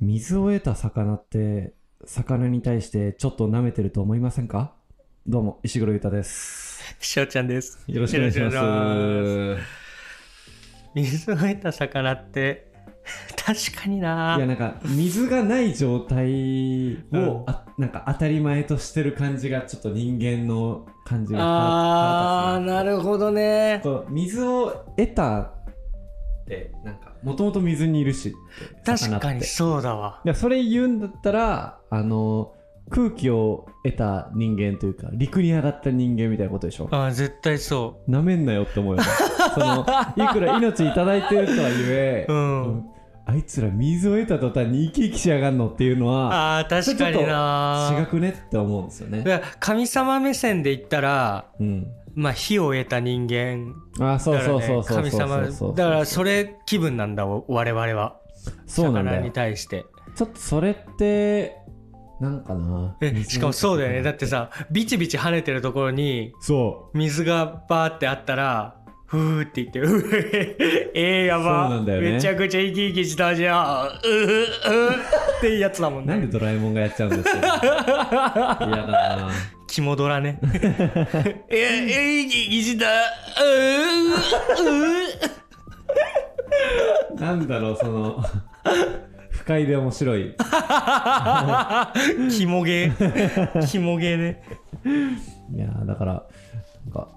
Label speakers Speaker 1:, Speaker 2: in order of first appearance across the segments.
Speaker 1: 水を得た魚って魚に対してちょっと舐めてると思いませんかどうも石黒裕太です
Speaker 2: 翔ちゃんです。
Speaker 1: よろしくお願いします
Speaker 2: よろくお願いします。水を得た魚って、 確かに
Speaker 1: いや
Speaker 2: な
Speaker 1: なんか水がない状態を、あなんか当たり前としてる感じがちょっと人間の感じが
Speaker 2: あー、なるほどね。
Speaker 1: こう水を得たってなんかもともと水にいるしって魚
Speaker 2: 確
Speaker 1: って
Speaker 2: かにそうだわ。
Speaker 1: でそれ言うんだったらあの空気を得た人間というか陸に上がった人間みたいなことでしょ
Speaker 2: あー絶対そ
Speaker 1: なめんなよって思うよ ねそのいくら命いただいてるとはゆえ、
Speaker 2: う。うん。
Speaker 1: あいつら水を得た途端に生き生きしやがんのっていうのは
Speaker 2: あー、確かに
Speaker 1: 違
Speaker 2: な。
Speaker 1: くねって思うんですよね
Speaker 2: だから神様目線で言ったら、
Speaker 1: うん
Speaker 2: まあ、火を得た人間
Speaker 1: あそう
Speaker 2: だか
Speaker 1: そうそう
Speaker 2: ら
Speaker 1: そう
Speaker 2: ね神
Speaker 1: そうそ
Speaker 2: 様
Speaker 1: う
Speaker 2: だからそれ気分なんだ我々は
Speaker 1: そうなんだ
Speaker 2: 魚
Speaker 1: よ
Speaker 2: に対して
Speaker 1: ちょっとそれってなんかな
Speaker 2: えしかもそうだよねだってさビチビチ跳ねてるところに
Speaker 1: そう
Speaker 2: 水がバーってあったらふーって言ってうふええやば
Speaker 1: そうなんだよね
Speaker 2: めちゃくちゃ生き生きしたじゃんうふうふっていうやつだもん
Speaker 1: なん
Speaker 2: ね
Speaker 1: でドラえもんがやっちゃうんです か嫌だな
Speaker 2: 肝ドラ ねいや生き生きしたううう
Speaker 1: なんだろうその 不快で面白い
Speaker 2: 肝ゲー肝ゲーね
Speaker 1: いやーだからなんか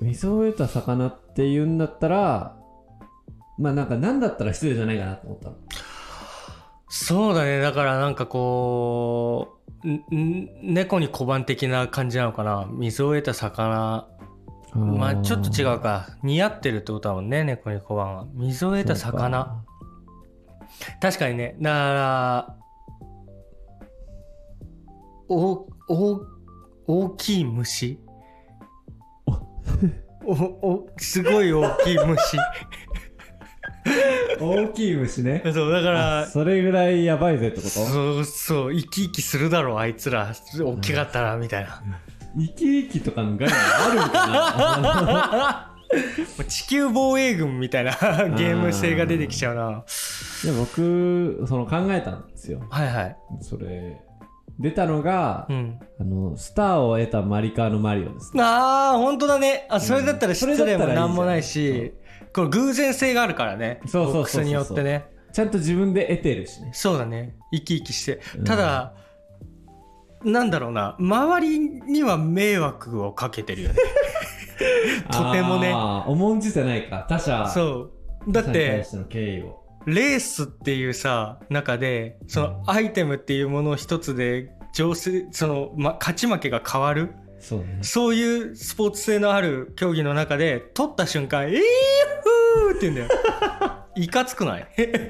Speaker 1: 水を得た魚って言うんだったらまあなんか何だったら失礼じゃないかなと思ったの
Speaker 2: そうだねだからなんかこうんん猫に小判的な感じなのかな水を得た魚まあちょっと違うか似合ってるってことだもんね猫に小判は水を得た魚確かにねだからおお大きい虫おおすごい大きい虫
Speaker 1: 大きい虫ね
Speaker 2: そうだから
Speaker 1: あそれぐらいやばいぜってこと
Speaker 2: そうそう生き生きするだろうあいつら大きかったらみたい な、
Speaker 1: 生き生きとかの概念あるんかな
Speaker 2: もう地球防衛軍みたいな ゲーム性が出てきちゃうない
Speaker 1: や僕その考えたんですよ
Speaker 2: はいはい
Speaker 1: それ出たのが、
Speaker 2: うん
Speaker 1: あのスターを得たマリカーのマリオですね
Speaker 2: あー本当だねあそれだったら失
Speaker 1: それだ
Speaker 2: 礼
Speaker 1: った
Speaker 2: も
Speaker 1: らいいじゃん
Speaker 2: なんもないし、これ偶然性があるからね
Speaker 1: そうそうそうそう
Speaker 2: ボックスによってね
Speaker 1: ちゃんと自分で得てるしね
Speaker 2: そうだね生き生きして
Speaker 1: うん
Speaker 2: ただ、なんだろうな周りには迷惑をかけて るよねとてもね
Speaker 1: あー重んじてないか他者
Speaker 2: そうだ
Speaker 1: 他者に
Speaker 2: って
Speaker 1: 対しての敬意を
Speaker 2: レースっていうさ中でそのアイテムっていうものを一つで上手その、ま、勝ち負けが変わる
Speaker 1: そうね
Speaker 2: そういうスポーツ性のある競技の中で取った瞬間「えーふー!」って言うんだよ。 いかつくない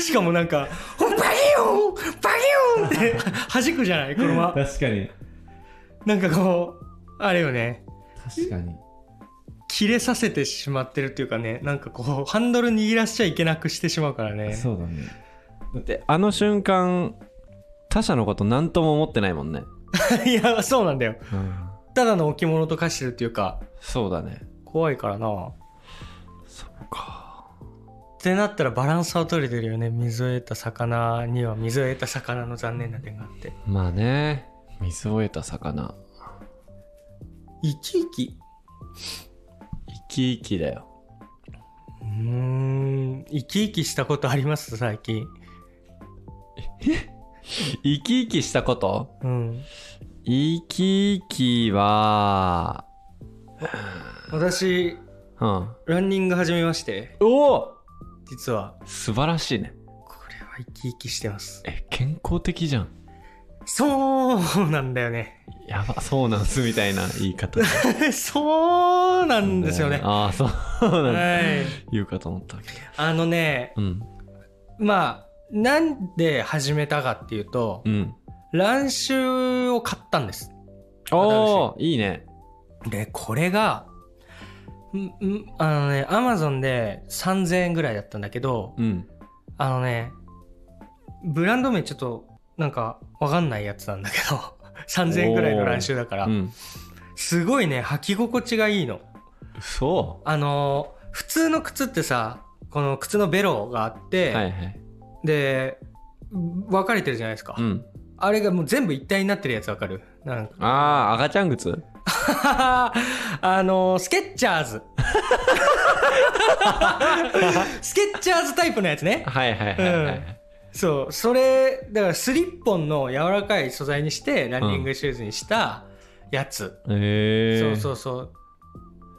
Speaker 2: しかもなんか「おバギオンバギオン!」って弾くじゃない車
Speaker 1: 確かに
Speaker 2: なんかこうあれよね
Speaker 1: 確かに
Speaker 2: 切れさせてしまってるっていうかねなんかこうハンドル握らせちゃいけなくしてしまうからね
Speaker 1: そうだねだってあの瞬間他者のこと何とも思ってないもんね、
Speaker 2: いやそうなんだよ
Speaker 1: うん、
Speaker 2: ただの置物と化してるっていうか
Speaker 1: そうだね
Speaker 2: 怖いからなっ
Speaker 1: そうか
Speaker 2: てなったらバランスは取れてるよね水を得た魚には水を得た魚の残念な点があって
Speaker 1: まあね水を得た魚
Speaker 2: 生き生き
Speaker 1: 生き生きだよ
Speaker 2: うーん生き生きしたことあります最近
Speaker 1: 生き生きしたこと
Speaker 2: うん
Speaker 1: 生き生きは
Speaker 2: 私
Speaker 1: うん
Speaker 2: ランニング始めまして
Speaker 1: おお
Speaker 2: 実は
Speaker 1: 素晴らしいね
Speaker 2: これは生き生きしてます
Speaker 1: え健康的じゃん
Speaker 2: そうなんだよね
Speaker 1: やばそうなんすみたいな言い方
Speaker 2: そうなんですよねは
Speaker 1: ああそうなんだ
Speaker 2: い
Speaker 1: 言うかと思ったわけ
Speaker 2: あのね
Speaker 1: うん
Speaker 2: まあなんで始めたかっていうと
Speaker 1: うん
Speaker 2: 乱臭を買ったんです
Speaker 1: おおいいね
Speaker 2: でこれがんんあのねアマゾンで3000円ぐらいだったんだけど
Speaker 1: うん
Speaker 2: あのねブランド名ちょっとなんかわかんないやつなんだけど 3000円ぐらいの乱臭だから、
Speaker 1: うん
Speaker 2: すごいね履き心地がいいの
Speaker 1: そ
Speaker 2: あの普通の靴ってさこの靴のベロがあって、
Speaker 1: うはいはい
Speaker 2: で分かれてるじゃないですか、
Speaker 1: うん。
Speaker 2: あれがもう全部一体になってるやつ分かるなんか
Speaker 1: ああ、赤ちゃん靴
Speaker 2: あのスケッチャーズ スケッチャーズタイプのやつね
Speaker 1: はいはいはいはい。
Speaker 2: そうそれだからスリッポンの柔らかい素材にしてランニングシューズにしたやつ、
Speaker 1: え
Speaker 2: そう
Speaker 1: ー。
Speaker 2: そう
Speaker 1: そう。
Speaker 2: うそう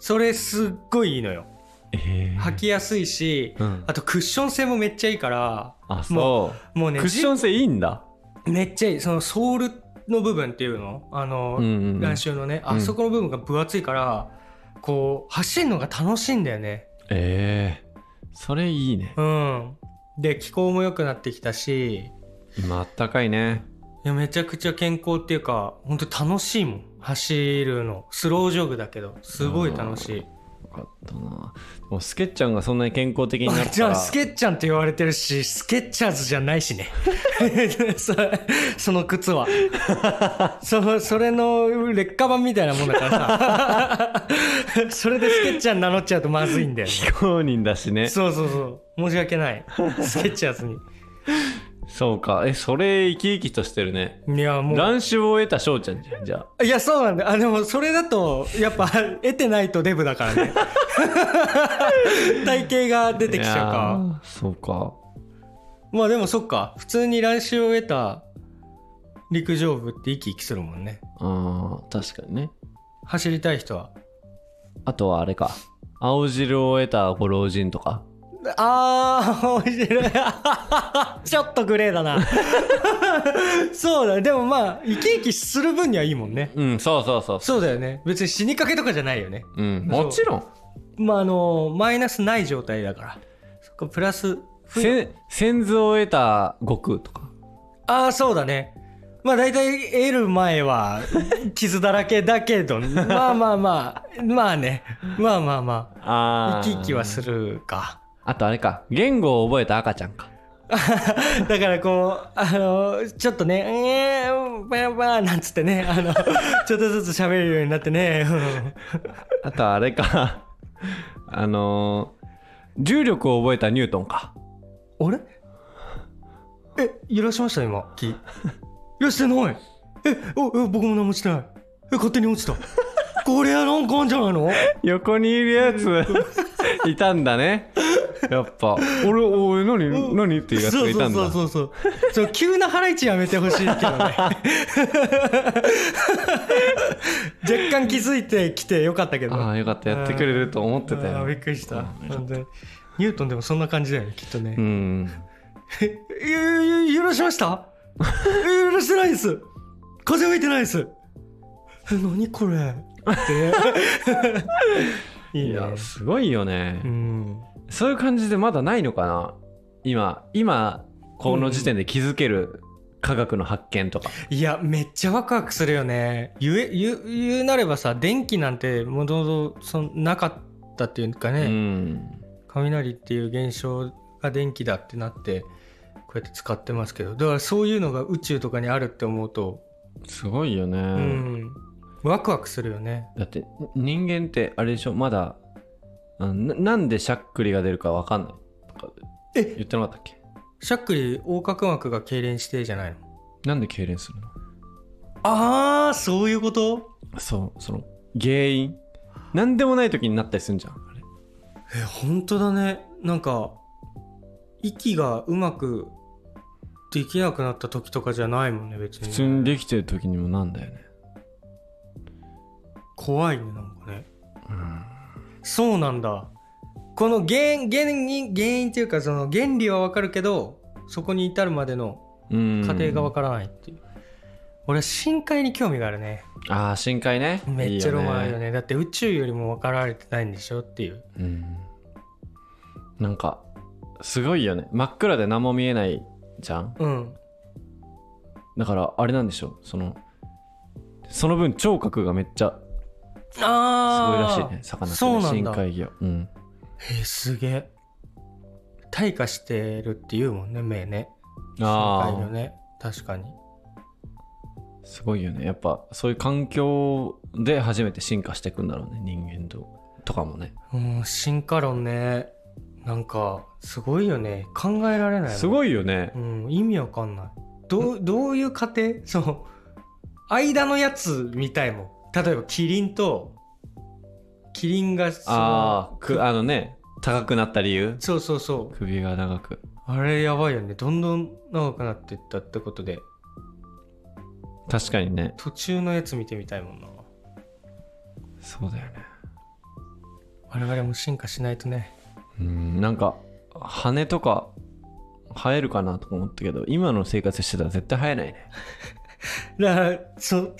Speaker 2: それすっごいいいのよ
Speaker 1: えー
Speaker 2: 履きやすいし、
Speaker 1: うん
Speaker 2: あとクッション性もめっちゃいいから
Speaker 1: あ、そ
Speaker 2: もう
Speaker 1: う。
Speaker 2: ね
Speaker 1: クッション性いいんだ。
Speaker 2: じめっちゃいいそのソールの部分っていうのあの、
Speaker 1: うんうんうん
Speaker 2: 乱収のね
Speaker 1: う
Speaker 2: あ
Speaker 1: ん
Speaker 2: そこの部分が分厚いから、こう走るのが楽しいんだよね
Speaker 1: ええそれいいね。
Speaker 2: うんで気候も良くなってきたし
Speaker 1: 今あったかいね。
Speaker 2: いやめちゃくちゃ健康っていうか本当楽しいもん走るのスロージョグだけどすごい楽しい
Speaker 1: よかったな。もうスケッチャンがそんなに健康的になっ
Speaker 2: じ
Speaker 1: た
Speaker 2: ゃ
Speaker 1: ら。
Speaker 2: あスケッチャンって言われてるしスケッチャーズじゃないしね そその靴は そそれの劣化版みたいなもんだからさ それでスケッチャン名乗っちゃうとまずいんだよね
Speaker 1: 非 公認だしね。
Speaker 2: そうそうそう申し訳ないスケッチャーズに
Speaker 1: そうか。え、それ生き生きとしてるね。
Speaker 2: いやもう
Speaker 1: 乱視を得た翔ちゃんじゃん、じゃ
Speaker 2: いや、そうなんだ。あ、でも、それだと、やっぱ、得てないとデブだからね。体型が出
Speaker 1: あ。
Speaker 2: てきちゃうか。
Speaker 1: か。そうか。
Speaker 2: まあでも、そっか。普通に乱視を得た陸上部って生き生きするもんね。
Speaker 1: あー確かにね。
Speaker 2: 走りたい人は。
Speaker 1: あとはあれか。青汁を得たご老人とか。
Speaker 2: あー、面白い。 ちょっとグレーだな。そうだ。でもまあ、生き生きする分にはいいもんね。
Speaker 1: うん、そうそうそう
Speaker 2: そうだよね。別に死にかけとかじゃないよね。
Speaker 1: う。うん、もちろん。
Speaker 2: まあ、あの、マイナスない状態だから。そっか、プラス。
Speaker 1: せ先図を得た悟空とか。
Speaker 2: ああそうだねまあ大体得る前は傷だらけだけどまあまあまあまあねまあまあま
Speaker 1: あ
Speaker 2: あ生き生きはするか
Speaker 1: あとあれか。言語を覚えた赤ちゃんか。
Speaker 2: だからこうあのちょっとね「ええー、バラバラ」なんつってねあのちょっとずつ喋れるようになってね
Speaker 1: あとあれか。 あのー重力を覚えたニュートンか。
Speaker 2: うんあれえ揺らしました今木揺らしてないえおえ僕も何もしてないえ勝手に落ちたこれはなんかあんじゃないの
Speaker 1: 横にいるやつ いたんだねやっぱ俺おい何何っていうやつがいたんだ
Speaker 2: そうそうそうそうそう急なハライチやめてほしいけ どね若干気づいてきてよかったけど
Speaker 1: ああよかったやってくれると思ってた
Speaker 2: あー
Speaker 1: よ
Speaker 2: びっくりした本当にニュートンでもそんな感じだよねきっとね、
Speaker 1: うん
Speaker 2: ゆゆ許しましたえ許してないです風吹いてないですえ何これ ってい
Speaker 1: い
Speaker 2: いね
Speaker 1: やすごいよね、
Speaker 2: うん
Speaker 1: そういう感じでまだないのかな今今この時点で気づける科学の発見とか、
Speaker 2: いやめっちゃワクワクするよね言え言う言うなればさ電気なんてもともとそんなかったっていうかね、
Speaker 1: うん
Speaker 2: 雷っていう現象が電気だってなってこうやって使ってますけどだからそういうのが宇宙とかにあるって思うと、
Speaker 1: すごいよね、
Speaker 2: うんワクワクするよね
Speaker 1: だって人間ってあれでしょまだあのななんでしゃっくりが出るかわかんないとか
Speaker 2: え
Speaker 1: 言ってなかったっけ
Speaker 2: しゃっくり横隔膜が痙攣してじゃないの
Speaker 1: なんで痙攣するの
Speaker 2: あーそういうこと
Speaker 1: そうその原因何でもない時になったりするんじゃんあれ
Speaker 2: え本当だねなんか息がうまくできなくなった時とかじゃないもんね別に
Speaker 1: 普通にできてる時にもなんだよね
Speaker 2: 怖いねなんかね、そうなんだこの原因原因原因っていうかその原理は分かるけどそこに至るまでの
Speaker 1: うん
Speaker 2: 過程が分
Speaker 1: か
Speaker 2: からないっていう、俺は深海に興味があるね
Speaker 1: ああ深海ね
Speaker 2: めっちゃロマンあるよね
Speaker 1: ね
Speaker 2: だって宇宙よりも分かられてないんでしょっていう
Speaker 1: うんなんかすごいよね真っ暗で何も見えないじゃん
Speaker 2: うん
Speaker 1: だからあれなんでしょうそのその分聴覚がめっちゃすごいら
Speaker 2: あ
Speaker 1: し
Speaker 2: あ
Speaker 1: いね魚って
Speaker 2: そう
Speaker 1: ね
Speaker 2: なん
Speaker 1: 深
Speaker 2: だ
Speaker 1: 海魚うん
Speaker 2: えーすげえ退化してるって言うもんね目ね
Speaker 1: あ
Speaker 2: 深海魚
Speaker 1: あ
Speaker 2: ね確かに
Speaker 1: すごいよねやっぱそういう環境で初めて進化していくんだろうね人間ととかもね
Speaker 2: うん進化論ねなんかすごいよね考えられない
Speaker 1: す
Speaker 2: い、
Speaker 1: ごいよね
Speaker 2: うん、意味わかんないど うどういう過程その間のやつみたいもん例えばキリンとキリンがその
Speaker 1: ああくあのね高くなった理由
Speaker 2: そうそうそう
Speaker 1: 首が長く
Speaker 2: あれやばいよねどんどん長くなってったってことで
Speaker 1: 確かにね
Speaker 2: 途中のやつ見てみたいもんな
Speaker 1: そうだよね
Speaker 2: 我々も進化しないとね
Speaker 1: うんなんか羽とか生えるかなとか思ったけど今の生活してたら絶対生えないね
Speaker 2: だからそ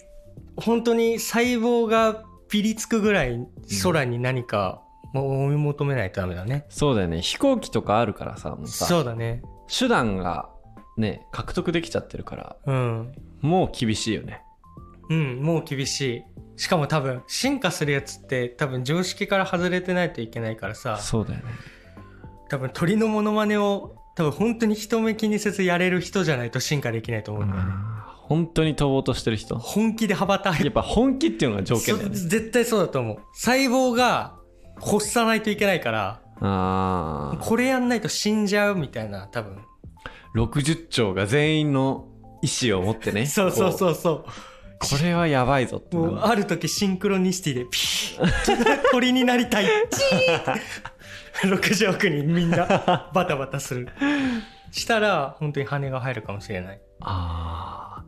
Speaker 2: 本当に細胞がピリつくぐらい空に何かも追い求めないとダメだね、
Speaker 1: そうだよね飛行機とかあるからさもう
Speaker 2: そ
Speaker 1: さ
Speaker 2: うだね
Speaker 1: 手段がね獲得できちゃってるから
Speaker 2: うん
Speaker 1: もう厳しいよね
Speaker 2: うんもう厳しいしかも多分進化するやつって多分常識から外れてないといけないからさ
Speaker 1: そうだよね
Speaker 2: 多分鳥のモノマネを多分本当に人目気にせずやれる人じゃないと進化できないと思うんだよね、
Speaker 1: 本当に飛ぼうとしてる人
Speaker 2: 本気で羽ばたいて
Speaker 1: やっぱ本気っていうのが条件だよね
Speaker 2: そ絶対そうだと思う細胞が発さないといけないから
Speaker 1: ああ
Speaker 2: これやんないと死んじゃうみたいな多分
Speaker 1: 60兆が全員の意思を持ってね
Speaker 2: そうそう
Speaker 1: こ
Speaker 2: そうそう
Speaker 1: これはやばいぞって
Speaker 2: うもうある時シンクロニシティでピーッ鳥になりたいチーッ60億人みんなバタバタするしたら本当に羽が生えるかもしれない
Speaker 1: あ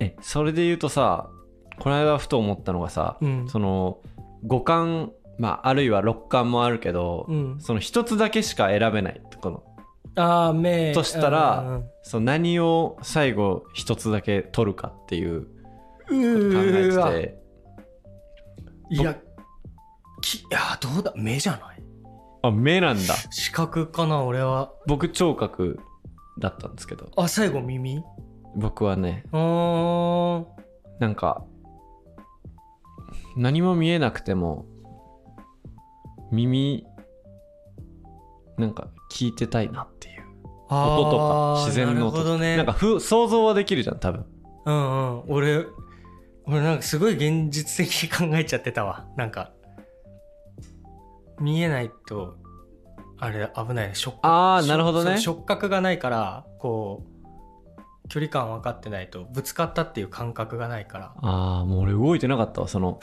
Speaker 1: ーえそれで言うとさこの間ふと思ったのがさ、
Speaker 2: うん
Speaker 1: その五感、まあ、あるいは六感もあるけど、
Speaker 2: うん
Speaker 1: その一つだけしか選べないこの
Speaker 2: ああ目
Speaker 1: としたら
Speaker 2: うん
Speaker 1: その何を最後一つだけ取るかっていう
Speaker 2: う
Speaker 1: 考え
Speaker 2: ーわ
Speaker 1: てて
Speaker 2: いやきいやどうだ目じゃない
Speaker 1: あ目なんだ
Speaker 2: 視覚かな俺は
Speaker 1: 僕聴覚だったんですけど
Speaker 2: あ最後耳
Speaker 1: 僕はね
Speaker 2: あー
Speaker 1: なんか何も見えなくても耳なんか聞いてたいなっていう音と
Speaker 2: あ
Speaker 1: か
Speaker 2: ー
Speaker 1: 自然の
Speaker 2: なるほ
Speaker 1: 音
Speaker 2: どね
Speaker 1: なんかふ想像はできるじゃん多分
Speaker 2: うんうん俺俺なんかすごい現実的に考えちゃってたわなんか見えないとあれ危ないね触
Speaker 1: ああなるほどね
Speaker 2: そう触覚がないからこう距離感分かってないとぶつかったっていう感覚がないから
Speaker 1: ああもう俺動いてなかったわその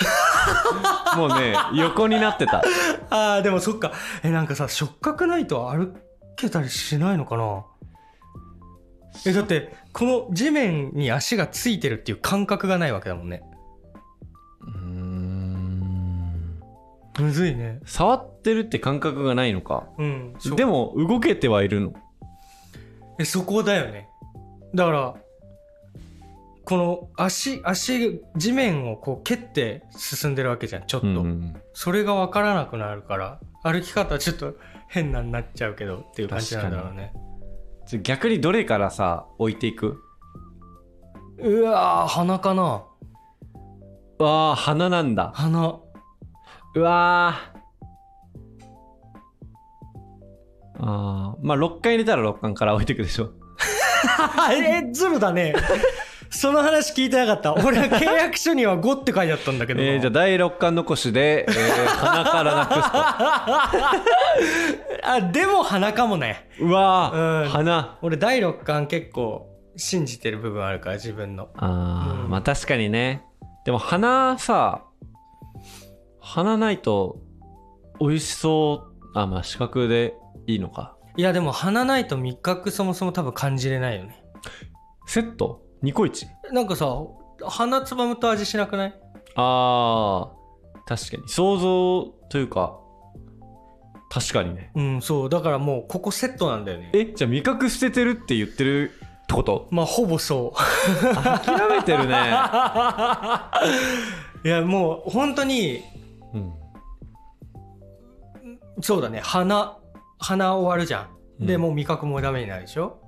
Speaker 1: もうね横になってた
Speaker 2: あーでもそっかえなんかさ触覚ないと歩けたりしないのかなえだってこの地面に足がついてるっていう感覚がないわけだもんね
Speaker 1: うーん
Speaker 2: むずいね
Speaker 1: 触ってるって感覚がないのか
Speaker 2: うん
Speaker 1: でも動けてはいるの
Speaker 2: えそこだよねだからこの足足地面をこう蹴って進んでるわけじゃんちょっと、
Speaker 1: うん
Speaker 2: それが分からなくなるから歩き方ちょっと変なになっちゃうけどっていう感じなんだろうね
Speaker 1: じゃあ逆にどれからさ置いていく
Speaker 2: うわー鼻かな
Speaker 1: わあ鼻なんだ
Speaker 2: 鼻
Speaker 1: うわーあーまあ6回入れたら6巻から置いていくでしょ
Speaker 2: えズルだね その話聞いてなかった俺は契約書には5って書いてあったんだけどな
Speaker 1: えー、じゃあ第6巻残しで、えー鼻からなく
Speaker 2: あでも鼻かもね
Speaker 1: すとうわー、
Speaker 2: うん
Speaker 1: 鼻
Speaker 2: 俺第六感結構信じてる部分あるから自分の
Speaker 1: あー、
Speaker 2: うん
Speaker 1: まあ確かにねでも鼻さ鼻ないと美味しそうあまあ視覚でいいのか
Speaker 2: いやでも鼻ないと味覚そもそも多分感じれないよね
Speaker 1: セットニコイチ
Speaker 2: なんかさ鼻つまむと味しなくない
Speaker 1: あー確かに想像というか確かにね
Speaker 2: うんそうだからもうここセットなんだよね
Speaker 1: えじゃあ味覚捨ててるって言ってるってこと
Speaker 2: まあほぼそう
Speaker 1: 諦めてる ね、
Speaker 2: いやもう 本当に
Speaker 1: うん、
Speaker 2: そうだね鼻鼻終わるじゃんで、
Speaker 1: うん
Speaker 2: もう味覚もダメになるでしょ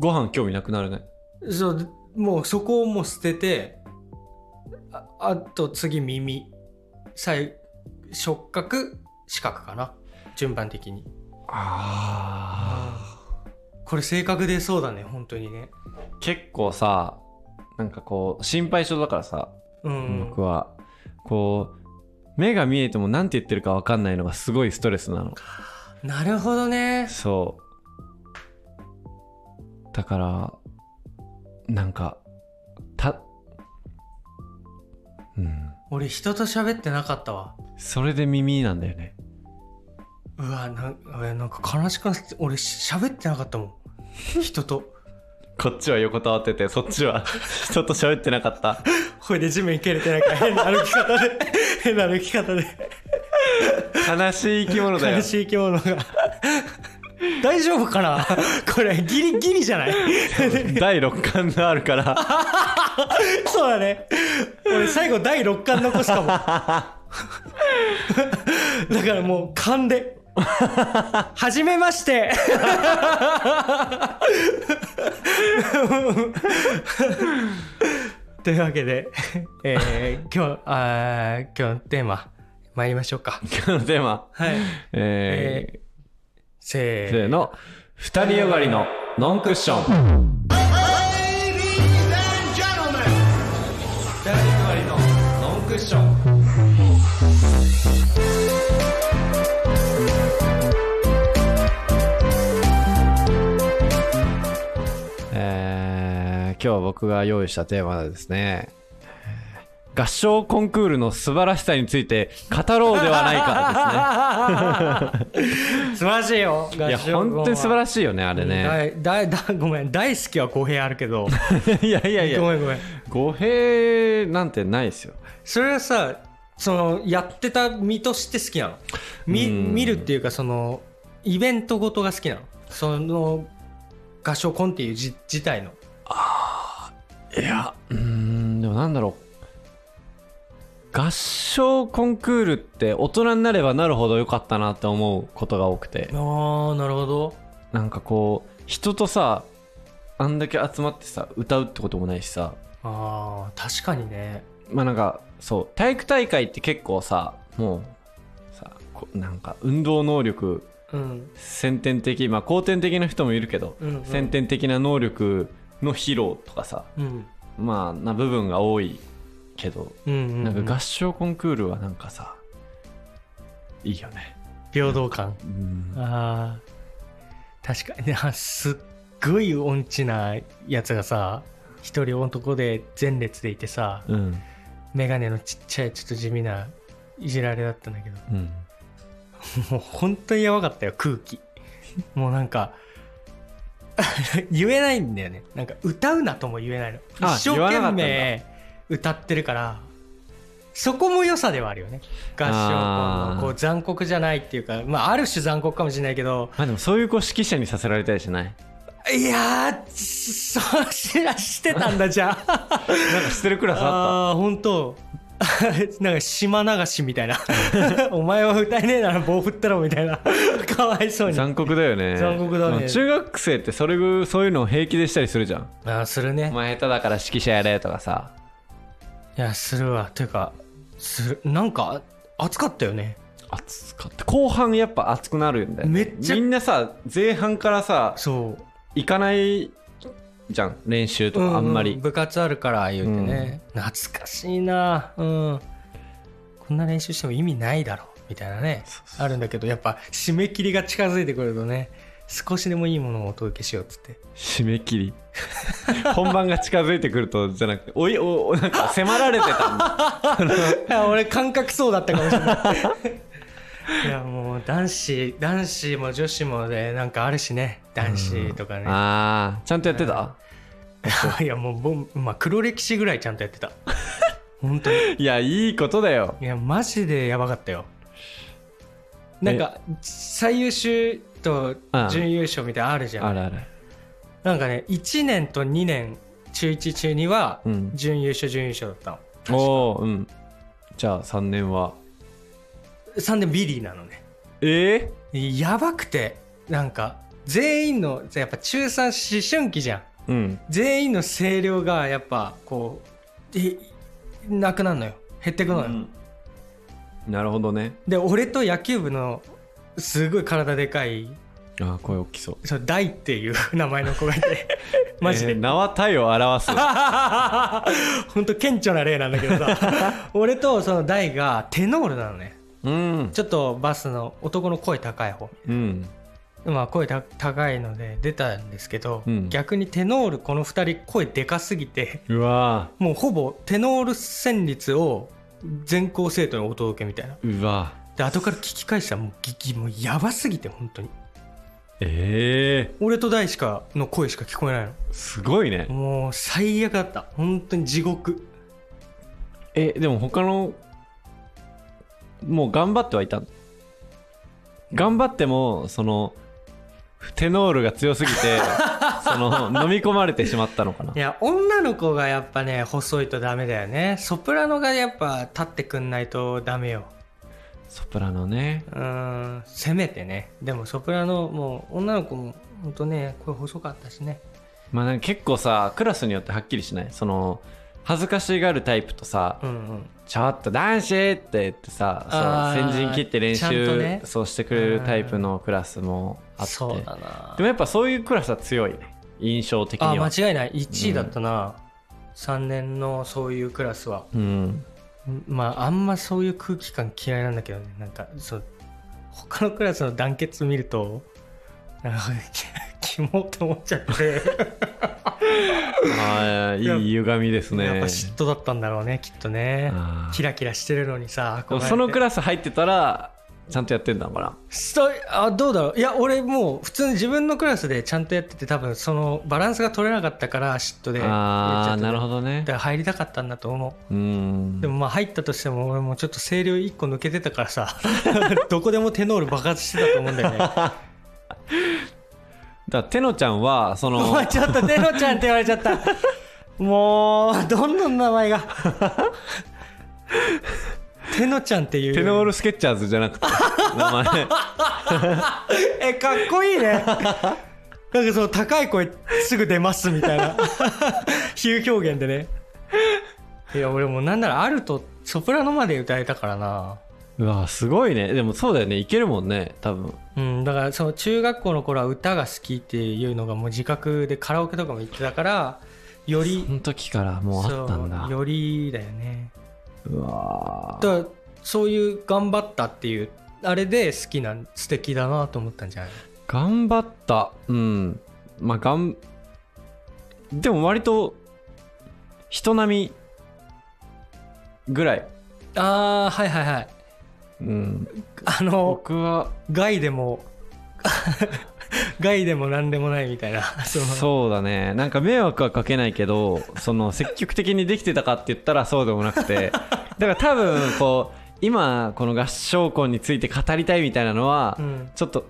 Speaker 1: ご飯興味なくなるね
Speaker 2: そうもうそこをもう捨ててああと次耳最触覚視覚かな順番的に
Speaker 1: あ
Speaker 2: これ性格出そうだね本当にね
Speaker 1: 結構さなんかこう心配性だからさ、
Speaker 2: うん
Speaker 1: 僕はこう目が見えても何て言ってるか分かんないのがすごいストレスなの
Speaker 2: なるほどね
Speaker 1: そうだからなんかたうん
Speaker 2: 俺人と喋ってなかったわ
Speaker 1: それで耳なんだよね
Speaker 2: うわなん俺なんか悲しくなって俺し喋ってなかったもん人と
Speaker 1: こっちは横たわっててそっちは 人と喋ってなかった
Speaker 2: ほいで地面蹴れてなんか変な歩き方で 変な歩き方で
Speaker 1: 悲しい生き物だよ
Speaker 2: 悲しい生き物が大丈夫かなこれギリギリじゃない
Speaker 1: 第6巻があるから
Speaker 2: そうだね俺最後第6巻残 すかもだからもう勘で「はじめま して」というわけで、えー、今日あー今日のテーマ参りましょうか
Speaker 1: 今日のテーマ
Speaker 2: はい
Speaker 1: えー
Speaker 2: えせ
Speaker 1: せ
Speaker 2: ー
Speaker 1: ーの二人よがりのノンクッション二人よがりのノンクッションえー、今日僕が用意したテーマはですね合唱コンクールの素晴らしさについて語ろうではないか
Speaker 2: 素晴らしいよ
Speaker 1: ですねいや本当に素晴
Speaker 2: ら
Speaker 1: ら
Speaker 2: し
Speaker 1: しいよねあれね、
Speaker 2: だいだいごめん大好きは語弊あるけど
Speaker 1: いやいやい
Speaker 2: ご
Speaker 1: や、
Speaker 2: めんごめん
Speaker 1: 語弊なんてないですよ。
Speaker 2: それはさそのやってた身として好きなの見
Speaker 1: うん
Speaker 2: 見るっていうかそのイベントごとが好きなのその合唱コンっていうじ自体の
Speaker 1: いや、うーん、でもなんだろう。合唱コンクールって大人になればなるほど良かったなって思うことが多くて、
Speaker 2: ああなるほど
Speaker 1: なんかこう、人とさ、あんだけ集まってさ、歌うってこともないしさ、
Speaker 2: あー確かにね
Speaker 1: まあなんか、そう、体育大会って結構さ、もう、さ、こなんか運動能力、
Speaker 2: うん
Speaker 1: 先天的、まあ後天的な人もいるけど、
Speaker 2: うんうん
Speaker 1: 先天的な能力の披露とかさ、
Speaker 2: うん
Speaker 1: まあな部分が多いけど、
Speaker 2: うんうん
Speaker 1: なんか合
Speaker 2: 合
Speaker 1: 唱コンクールはなんかさいいよね
Speaker 2: 平等感
Speaker 1: うん
Speaker 2: あー確かにあすっごい音痴なやつがさ一人男で前列でいてさ
Speaker 1: うん、
Speaker 2: 眼鏡のちっちゃいちょっと地味ないじられだったんだけど
Speaker 1: うん、
Speaker 2: もう本当にやばかったよ空気 もうなんか 言えないんだよねなんか歌うなとも言えないの
Speaker 1: あ
Speaker 2: 一生
Speaker 1: 言わなかった
Speaker 2: 懸
Speaker 1: んだ
Speaker 2: 命歌ってるからそこも良さではあるよね合唱コン
Speaker 1: あー
Speaker 2: のこう残酷じゃないっていうか、まあ、ある種残酷かもしれないけど
Speaker 1: まあでもそういう子指揮者にさせられたりしない
Speaker 2: いやーそそう しらしてたんだじゃあ
Speaker 1: なんかしてるクラスあっ
Speaker 2: ああー本当 なんか島流しみたいな お前は歌えねえなら棒振ったろみたいな かわい そう
Speaker 1: た
Speaker 2: に
Speaker 1: 残酷だよね
Speaker 2: 残酷だね
Speaker 1: でも中学生ってそれぐそういうのを平気でしたりするじゃん
Speaker 2: あーする
Speaker 1: お
Speaker 2: ね
Speaker 1: 前下手だから指揮者やれとかさ
Speaker 2: いやするわというかするなんか暑かったよね
Speaker 1: 熱かった後半やっぱ熱くなるんだよ、ね、
Speaker 2: めっちゃ
Speaker 1: みんなさ前半からさ
Speaker 2: そう
Speaker 1: 行かないじゃん練習と
Speaker 2: うう
Speaker 1: かあんまり、
Speaker 2: 部活あるから言うてね、懐かしいなうんこんな練習しても意味ないだろうみたいなね
Speaker 1: そうそう
Speaker 2: あるんだけどやっぱ締め切りが近づいてくるとね少しでもいいものをお届けしようっつって
Speaker 1: 締め切り本番が近づいてくるとじゃなくておいおおなんか迫られてたんだ
Speaker 2: いや俺感覚そうだったかもしれない いやもう男子男子も女子もで、なんかあるしね男子とかね、
Speaker 1: ああちゃんとやってた、
Speaker 2: いやもうぼん、まあ、黒歴史ぐらいちゃんとやって た本当に
Speaker 1: いやいいことだよ
Speaker 2: いやマジでやばかったよなんか最優秀と準優勝みたいなのあるじゃ
Speaker 1: あ
Speaker 2: ん
Speaker 1: るある
Speaker 2: なんかね1年と2年中1中2は
Speaker 1: うん
Speaker 2: 準優勝準優勝だったの
Speaker 1: おおーうんじゃあ3年は
Speaker 2: 3年ビリーなのね
Speaker 1: え
Speaker 2: やばくてなんか全員のやっぱ中3思春期じゃ
Speaker 1: ー、
Speaker 2: ん
Speaker 1: うん
Speaker 2: 全員の声量がやっぱこうえなくなるのよ減ってくのよ、
Speaker 1: なるほどね
Speaker 2: で俺と野球部のすごい体でかい
Speaker 1: ああ声大きそう
Speaker 2: そう大っていう名前の子がいて マジで、
Speaker 1: え ー名は体を表す
Speaker 2: ほんと顕著な例なんだけどさ俺とその大がテノールなのね
Speaker 1: うん
Speaker 2: ちょっとバスの男の声高い方
Speaker 1: うん
Speaker 2: まあ声た高いので出たんですけど、
Speaker 1: うん
Speaker 2: 逆にテノールこの2人声でかすぎて
Speaker 1: うわ
Speaker 2: もうほぼテノール旋律を全校生徒にお届けみたいな
Speaker 1: うわ
Speaker 2: で後から聞き返したらもうぎもうやばすぎて本当に
Speaker 1: ええ
Speaker 2: 俺と大しかの声しか聞こえない
Speaker 1: すごいね
Speaker 2: のもう最悪だった本当に地獄
Speaker 1: えでも他のもう頑張ってはいたの頑張ってもそのテノールが強すぎ てその飲み込まれてしまったのかない
Speaker 2: や女の子がやっぱね細いとダメだよねソプラノがやっぱ立ってくんないとダメよ
Speaker 1: ソプラノね
Speaker 2: うーんせめてねでもソプラノもう女の子もほんとね声細かったしね
Speaker 1: まあなんか結構さクラスによってはっきりしないその恥ずかしがるタイプとさ、
Speaker 2: うんうん
Speaker 1: ちょっと男子って言ってさ
Speaker 2: あ
Speaker 1: そう
Speaker 2: ー
Speaker 1: 先陣切って練
Speaker 2: ちゃんと
Speaker 1: 習、
Speaker 2: ね
Speaker 1: そうしてくれるタイプのクラスもあって
Speaker 2: そうだな
Speaker 1: でもやっぱそういうクラスは強いね印象的
Speaker 2: あ
Speaker 1: には
Speaker 2: 間違いない1位だったな、3年のそういうクラスは
Speaker 1: うん
Speaker 2: まああんまそういう空気感嫌いなんだけどねなんかそう他のクラスの団結見るとなんかキモって思っちゃって、
Speaker 1: ああいい歪みですね
Speaker 2: やっぱ嫉妬だったんだろうねきっとね
Speaker 1: あー
Speaker 2: キラキラしてるのにさ
Speaker 1: でもそのク
Speaker 2: らい
Speaker 1: ラス入ってたらちゃんとやってんだから
Speaker 2: そうあどうだろういや俺もう普通に自分のクラスでちゃんとやってて多分そのバランスが取れなかったから嫉妬で
Speaker 1: ああなるほ
Speaker 2: ど
Speaker 1: どね
Speaker 2: だから入りたかったんだと思う
Speaker 1: うん
Speaker 2: でもまあ入ったとしても俺もちょっと声量1個抜けてたから さどこでもテノール爆発してたと思うんだよね
Speaker 1: だからてのちゃんはそ
Speaker 2: お
Speaker 1: の
Speaker 2: 前ちょっとテノちゃんって言われちゃった もうどんどん名前 がテノちゃんっていう
Speaker 1: テノールスケッチャーズじゃなくて名 前
Speaker 2: えかっこいい ねなんかその高い声すぐ出ますみ たいな比喩表現でねいや俺もうなんならアルトソプラノまで歌えたからな
Speaker 1: うわすごいねでもそうだよねいけるもんね多分
Speaker 2: うん、だからその中学校の頃は歌が好きっていうのがもう自覚でカラオケとかも行ってたからより
Speaker 1: その時からもうあったんだ
Speaker 2: そうよりだよね
Speaker 1: うわ
Speaker 2: だからそういう頑張ったっていうあれで好きな素敵だなと思ったんじゃない
Speaker 1: 頑張ったうんまあがんでも割と人並みぐらい
Speaker 2: ああはいはいはい
Speaker 1: うん
Speaker 2: あの
Speaker 1: 僕は
Speaker 2: 害でも害でも何でもないみたいなその
Speaker 1: そうだねなんか迷惑はかけないけどその積極的にできてたかって言ったらそうでもなくてだから多分こう今この合唱コンについて語りたいみたいなのは、
Speaker 2: うん
Speaker 1: ちょっと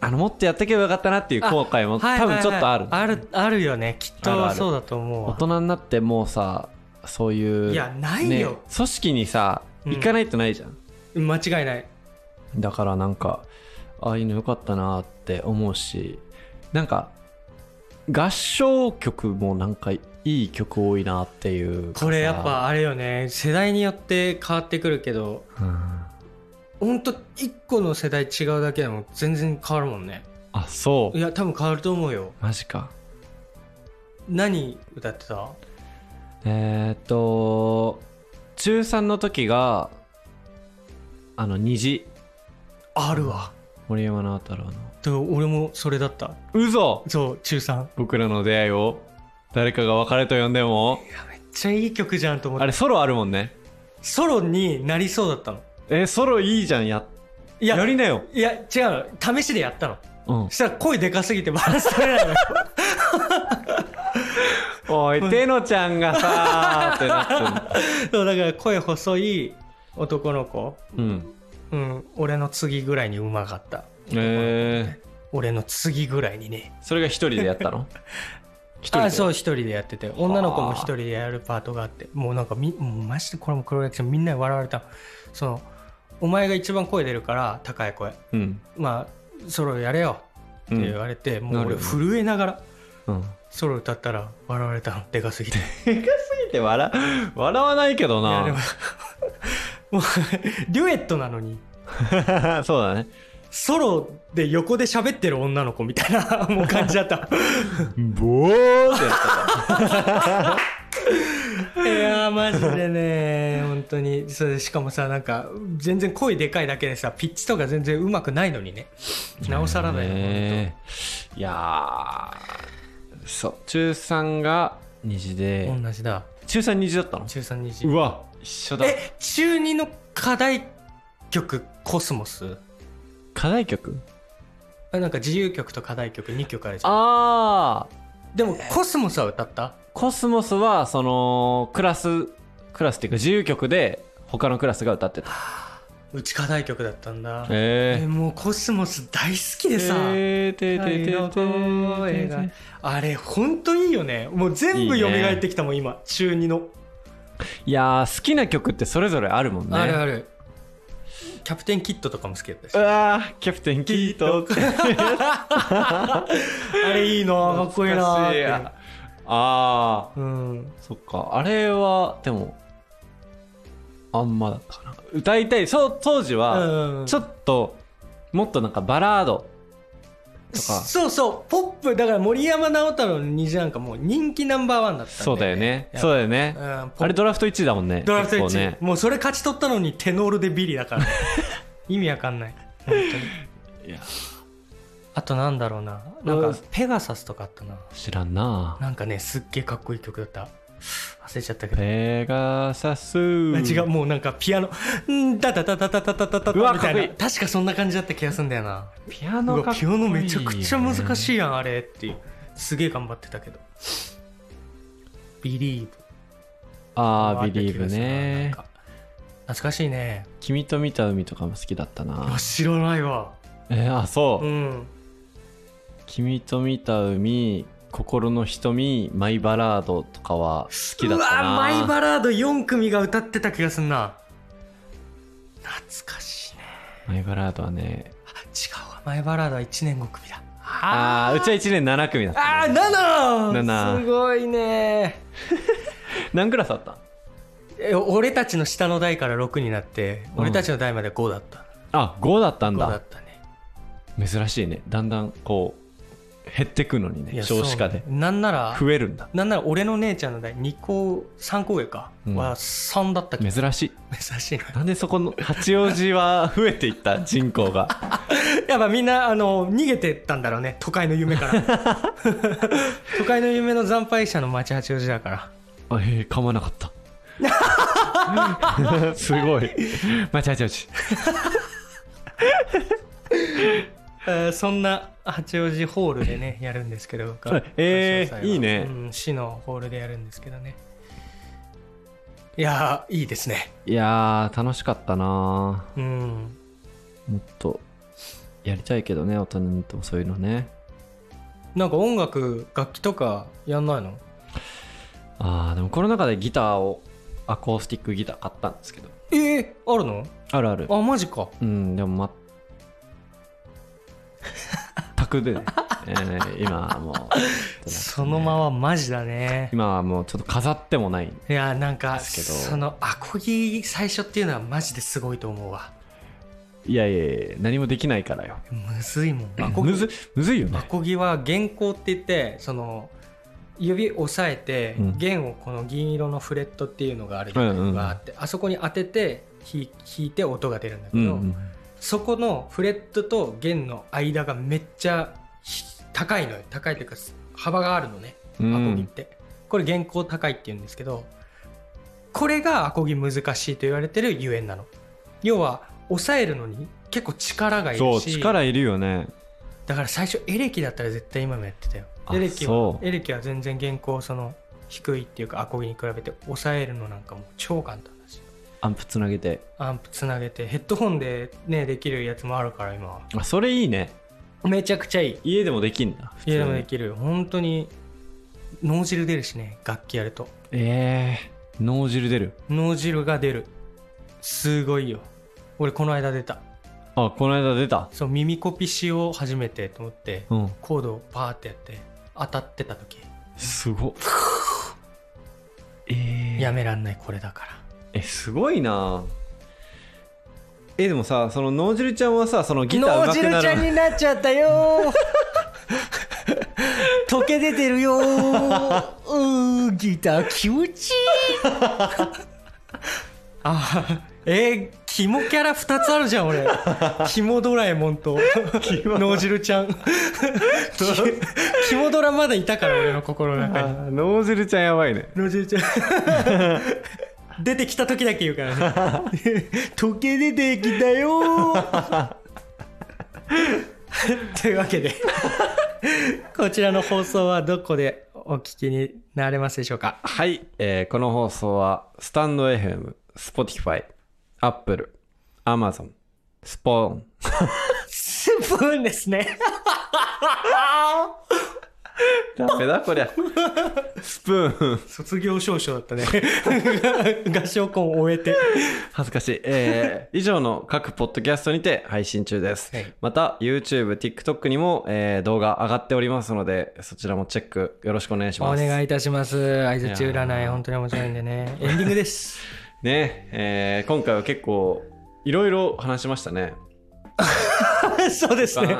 Speaker 1: あのもっとやってけばよかったなっていう後悔も
Speaker 2: はいはい
Speaker 1: 多
Speaker 2: はい
Speaker 1: 分ちょっとある、
Speaker 2: あるあるよねきっ
Speaker 1: あるあ
Speaker 2: と
Speaker 1: る
Speaker 2: そうだと思う
Speaker 1: 大
Speaker 2: わ
Speaker 1: 人になってもうさそういう
Speaker 2: い
Speaker 1: い
Speaker 2: やないよ、
Speaker 1: 組織にさ
Speaker 2: うん
Speaker 1: 行かないとないじゃん、
Speaker 2: 間違いない
Speaker 1: だからなんかああいうのよかったなって思うしなんか合唱曲もなんかいい曲多いなっていうかさ
Speaker 2: これやっぱあれよね世代によって変わってくるけど
Speaker 1: うん
Speaker 2: ほんと1個の世代違うだけでも全然変わるもんね
Speaker 1: あそ
Speaker 2: いうや多分変わると思うよ
Speaker 1: マジか
Speaker 2: 何歌ってた
Speaker 1: えー、っと中3の時があの虹
Speaker 2: あるわ
Speaker 1: 森山直太郎の
Speaker 2: で俺もそれだった
Speaker 1: 嘘
Speaker 2: そう中3
Speaker 1: 僕らの出会いを誰かが別れと呼んでも
Speaker 2: めっちゃいい曲じゃんと思っ
Speaker 1: あ
Speaker 2: て
Speaker 1: れソロあるもんね
Speaker 2: ソロになりそうだったの
Speaker 1: えーソロいいじゃんや
Speaker 2: いや
Speaker 1: やりなよ
Speaker 2: いや違うの試しでやったの
Speaker 1: うん
Speaker 2: そしたら声でかすぎてバランス取れないの
Speaker 1: おいてのちゃんが さーってなって
Speaker 2: そうだから声細い男の子
Speaker 1: るうん
Speaker 2: うん俺の次ぐらいにうまかった
Speaker 1: えー、
Speaker 2: 俺の次ぐらいにね
Speaker 1: それが一人でやったの一人で
Speaker 2: あそう一人でやってて女の子も一人でやるパートがあってもうなんかみもうマジでこれも黒役者みんなに笑われたそのお前が一番声出るから高い声
Speaker 1: うん
Speaker 2: まあソロやれよって言われて、もう
Speaker 1: なる
Speaker 2: 俺
Speaker 1: よね
Speaker 2: 震えながら
Speaker 1: うん
Speaker 2: ソロ歌ったら笑われたのでかすぎて
Speaker 1: って笑笑わないけど
Speaker 2: いや
Speaker 1: な
Speaker 2: でももうデュエットなのに
Speaker 1: そうだね
Speaker 2: ソロで横で喋ってる女の 子みたいなもう感じだった
Speaker 1: ボーってやった
Speaker 2: いやーマジでね本当にそれしかもさなんか全然声でかいだけでさピッチとか全然うまくないのにねなおさらだよ、
Speaker 1: ねいやーそう中3が虹で、
Speaker 2: 本当同じだ
Speaker 1: 中3虹だったの
Speaker 2: 中3日
Speaker 1: うわ一緒だ
Speaker 2: え中2の課題曲「コスモス
Speaker 1: 課題曲」
Speaker 2: あなんか自由曲と課題曲2曲あるじゃん
Speaker 1: ああ
Speaker 2: でも「コスモス」は歌った
Speaker 1: コスモスはそのクラスクラスっていうか自由曲で他のクラスが歌ってた
Speaker 2: うち課題曲だったんだえ
Speaker 1: え
Speaker 2: もう「コスモス」大好き
Speaker 1: え
Speaker 2: でさ、
Speaker 1: えー、ててて
Speaker 2: の声が
Speaker 1: て
Speaker 2: あれ本当いいよねもう全部
Speaker 1: いい
Speaker 2: 蘇
Speaker 1: ね
Speaker 2: ってきたもん今中2の
Speaker 1: いやー好きな曲ってそれぞれあるもんね
Speaker 2: あるあるキャプテンキッドとかも好きだったし
Speaker 1: うわーキャプテンキートって
Speaker 2: あれいいなかっこいいなーって
Speaker 1: ああ
Speaker 2: うん
Speaker 1: ーそっかあれはでもあんまだったかな歌いたいそう当時は
Speaker 2: うん
Speaker 1: ちょっともっとなんかバラードとか
Speaker 2: そうそうポップだから森山直太朗の虹なんかもう人気ナンバーワンだったんで
Speaker 1: そうだよね
Speaker 2: やっぱ
Speaker 1: そうだよね
Speaker 2: うんポ
Speaker 1: あれドラフト1位だもんね
Speaker 2: ドラフト1
Speaker 1: 結構ね
Speaker 2: もうそれ勝ち取ったのにテノールでビリだから意味わかんない本当に
Speaker 1: いや
Speaker 2: あとなんだろうななん
Speaker 1: うん
Speaker 2: かペガサスとかあったな
Speaker 1: 知らんな
Speaker 2: なんかねすっげえかっこいい曲だった忘れちゃったけど
Speaker 1: ペガサス
Speaker 2: あ違うもうなんかピアノうんダダダダダダダダダ
Speaker 1: うわ
Speaker 2: みたい
Speaker 1: かっ
Speaker 2: な
Speaker 1: こいい
Speaker 2: 確かそんな感じだった気がするんだよな
Speaker 1: ピア
Speaker 2: う
Speaker 1: ノか
Speaker 2: わ
Speaker 1: っこい
Speaker 2: ピ
Speaker 1: い
Speaker 2: ア
Speaker 1: よね
Speaker 2: ノめちゃくちゃ難しいやんあれっていうすげえ頑張ってたけどビリーブ
Speaker 1: ああビリーブね
Speaker 2: 懐かしいね
Speaker 1: 君と見た海とかも好きだったな
Speaker 2: あ知らないわ
Speaker 1: えー、あそう、
Speaker 2: うん
Speaker 1: 君と見た海心の瞳マイバラードとかは好きだったな
Speaker 2: うわマイバラード4組が歌ってた気がすんな懐かしいね
Speaker 1: マイバラードはね
Speaker 2: あ違うわマイバラードは1年5組だ
Speaker 1: ああうちは
Speaker 2: は
Speaker 1: 1年7組だった
Speaker 2: ああ
Speaker 1: 七
Speaker 2: 7すごいね
Speaker 1: 何クラスあった
Speaker 2: え俺たちの下の代から6になって、
Speaker 1: うん
Speaker 2: 俺たちの代まで5だった
Speaker 1: あ5だったん
Speaker 2: 5だ
Speaker 1: だ
Speaker 2: ったね
Speaker 1: 珍しいねだんだんこう減ってくのに
Speaker 2: い
Speaker 1: ね
Speaker 2: や
Speaker 1: 少子化
Speaker 2: そう
Speaker 1: で
Speaker 2: ねなんなら
Speaker 1: 増えるんだ
Speaker 2: なんなら俺の姉ちゃんの代2個3個上か、
Speaker 1: うん
Speaker 2: は3だったけど
Speaker 1: 珍しい
Speaker 2: 珍しいな
Speaker 1: なんでそこの八王子は増えていった人口が
Speaker 2: やっぱみんなあの逃げてったんだろうね都会の夢から 都会の夢の惨敗者の町八王子だから
Speaker 1: あええー、噛まなかった すごいまちまちまち
Speaker 2: えーそんな八王子ホールでね やるんですけど
Speaker 1: はいえー
Speaker 2: 歌唱祭はい
Speaker 1: いね
Speaker 2: うん市のホールでやるんですけどねいやーいいですね
Speaker 1: いやー楽しかったな
Speaker 2: うん
Speaker 1: もっとやりたいけどね大人になってもそういうのね
Speaker 2: なんか音楽楽器とかやんないの
Speaker 1: あーでもコロナ禍でギターをアコースティックギター買ったんですけど
Speaker 2: えー、あるの
Speaker 1: あるある
Speaker 2: あマジか
Speaker 1: うんでもま全くで、ねえー今はもう、
Speaker 2: そのままマジだね
Speaker 1: 今はもうちょっと飾ってもない
Speaker 2: いやなんか
Speaker 1: ですけど
Speaker 2: そのアコギ最初っていうのはマジですごいと思うわ
Speaker 1: いやいやいや何もできないからよ
Speaker 2: むずいもんアコギ
Speaker 1: むずむずいよね
Speaker 2: アコギは弦高って言ってその指押さえて、
Speaker 1: うん
Speaker 2: 弦をこの銀色のフレットっていうのがあるじゃない
Speaker 1: うんうん
Speaker 2: わーってあそこに当てて弾い弾いて音が出るんだけ
Speaker 1: う
Speaker 2: ど、
Speaker 1: んうん
Speaker 2: そこのフレットと弦の間がめっちゃひ高いのよ高いというか幅があるのね
Speaker 1: う
Speaker 2: アコギっ
Speaker 1: ん
Speaker 2: て、これ弦高高いって言うんですけどこれがアコギ難しいと言われてるゆえんなの要は抑えるのに結構力がいるし
Speaker 1: そう力いるよね
Speaker 2: だから最初エレキだったら絶対今もやってたよ
Speaker 1: あ
Speaker 2: エレキは
Speaker 1: そう
Speaker 2: エレキは全然原稿その低いっていうかアコギに比べて抑えるのなんかもう超簡単だし
Speaker 1: アンプつなげて
Speaker 2: アンプつなげてヘッドホンでねできるやつもあるから今は
Speaker 1: あそれいいね
Speaker 2: めちゃくちゃいい
Speaker 1: 家でもできんだ普通に
Speaker 2: 家でもできるよ本当に脳汁出るしね楽器やると
Speaker 1: えー、脳汁出る
Speaker 2: 脳汁が出るすごいよ俺この間出た
Speaker 1: あこの間出た
Speaker 2: そう耳コピしよう初めてと思って
Speaker 1: うん
Speaker 2: コードをパーってやって当たってた時
Speaker 1: すごっえー、
Speaker 2: やめらんないこれだから
Speaker 1: えすごいなえでもさその脳汁ちゃんはさそのギター上手くな
Speaker 2: 脳汁ちゃん
Speaker 1: る
Speaker 2: になっちゃったよ ー溶け出てるよーうーのギター気持ちいいあえー、キモキャラ2つあるじゃ ん俺キモドラえもんと脳汁ちゃ んキモドラまだいたから俺の心の中
Speaker 1: あ
Speaker 2: に
Speaker 1: ノーゼルちゃんやばいね
Speaker 2: 脳汁ちゃん 出てきた時だけ言うからね 溶け出てきたよー というわけで こちらの放送はどこでお聞きになれますでしょうか
Speaker 1: はい、えーこの放送はスタンド FM、Spotify、Apple、Amazon、スポーン、
Speaker 2: スプーンですね
Speaker 1: ダメだこ りゃ。スプーン。
Speaker 2: 卒業証書だったね 合唱コンを終えて
Speaker 1: 恥ずかしい。え ー以上の各ポッドキャストにて配信中です。
Speaker 2: はい
Speaker 1: また、YouTube、TikTok にも、えー動画上がっておりますので、そちらもチェックよろしくお願いし
Speaker 2: お
Speaker 1: ます。
Speaker 2: 願いいたします相槌占
Speaker 1: い
Speaker 2: い
Speaker 1: やー
Speaker 2: 本当に面白いんでねエンディングです
Speaker 1: ね、えー今回は結構、いろいろ話しましたね。
Speaker 2: そうです ね。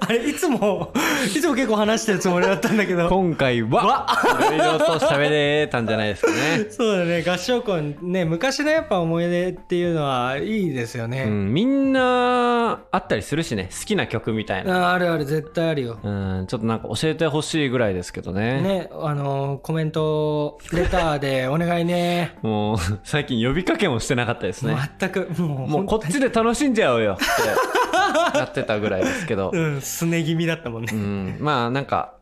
Speaker 2: あれ、いつも、いつも結構話してるつもりだったんだけ ど。
Speaker 1: 今回はいろいろと喋れたんじゃないですかね。
Speaker 2: そうだね、合唱コンね、昔のやっぱ思い出っていうのはいいですよ
Speaker 1: う
Speaker 2: ね。
Speaker 1: ん、みんなあったりするしね好きな曲みたいな、
Speaker 2: ああるある、絶対あるよ。
Speaker 1: うん、ちょっとなんか教えてほしいぐらいですけどね
Speaker 2: ね、あのーコメント、レターでお願いね。
Speaker 1: もう最近呼びかけもしてなかったですね
Speaker 2: 全く、もう、
Speaker 1: もうこっちで楽しんじゃおうよってやってたぐらいですけ ど、
Speaker 2: うん、すね気味だったもん
Speaker 1: う
Speaker 2: ね。
Speaker 1: ん、まあなんか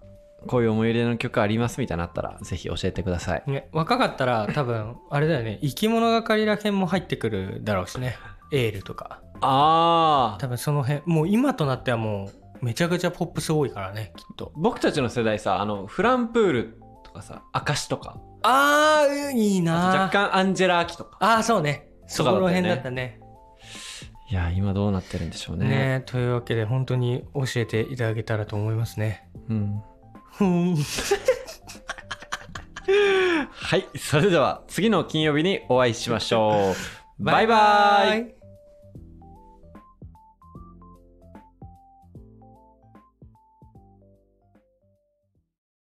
Speaker 1: こういう思い入れの曲ありますみたいなのあったらぜひ教えてください
Speaker 2: ね、若かったら多分、あれだよね、生き物がかりらへんも入ってくるだろうしね。エールとか。
Speaker 1: ああ
Speaker 2: 多分その辺、もう今となってはもう、めちゃくちゃポップス多いからね、きっと。
Speaker 1: 僕たちの世代さあのフランプールとかさ証とか
Speaker 2: あー、いいな
Speaker 1: 若干アンジェラ・アキとか
Speaker 2: あー、そうね。そ
Speaker 1: と
Speaker 2: こ
Speaker 1: かだったよね
Speaker 2: ら辺だったね。
Speaker 1: いや今どうなってるんでしょうね
Speaker 2: ねというわけで、本当に教えていただけたらと思いますね。
Speaker 1: うん
Speaker 2: ふん。
Speaker 1: はい、それでは次の金曜日にお会いしましょう。バイバイ
Speaker 2: イ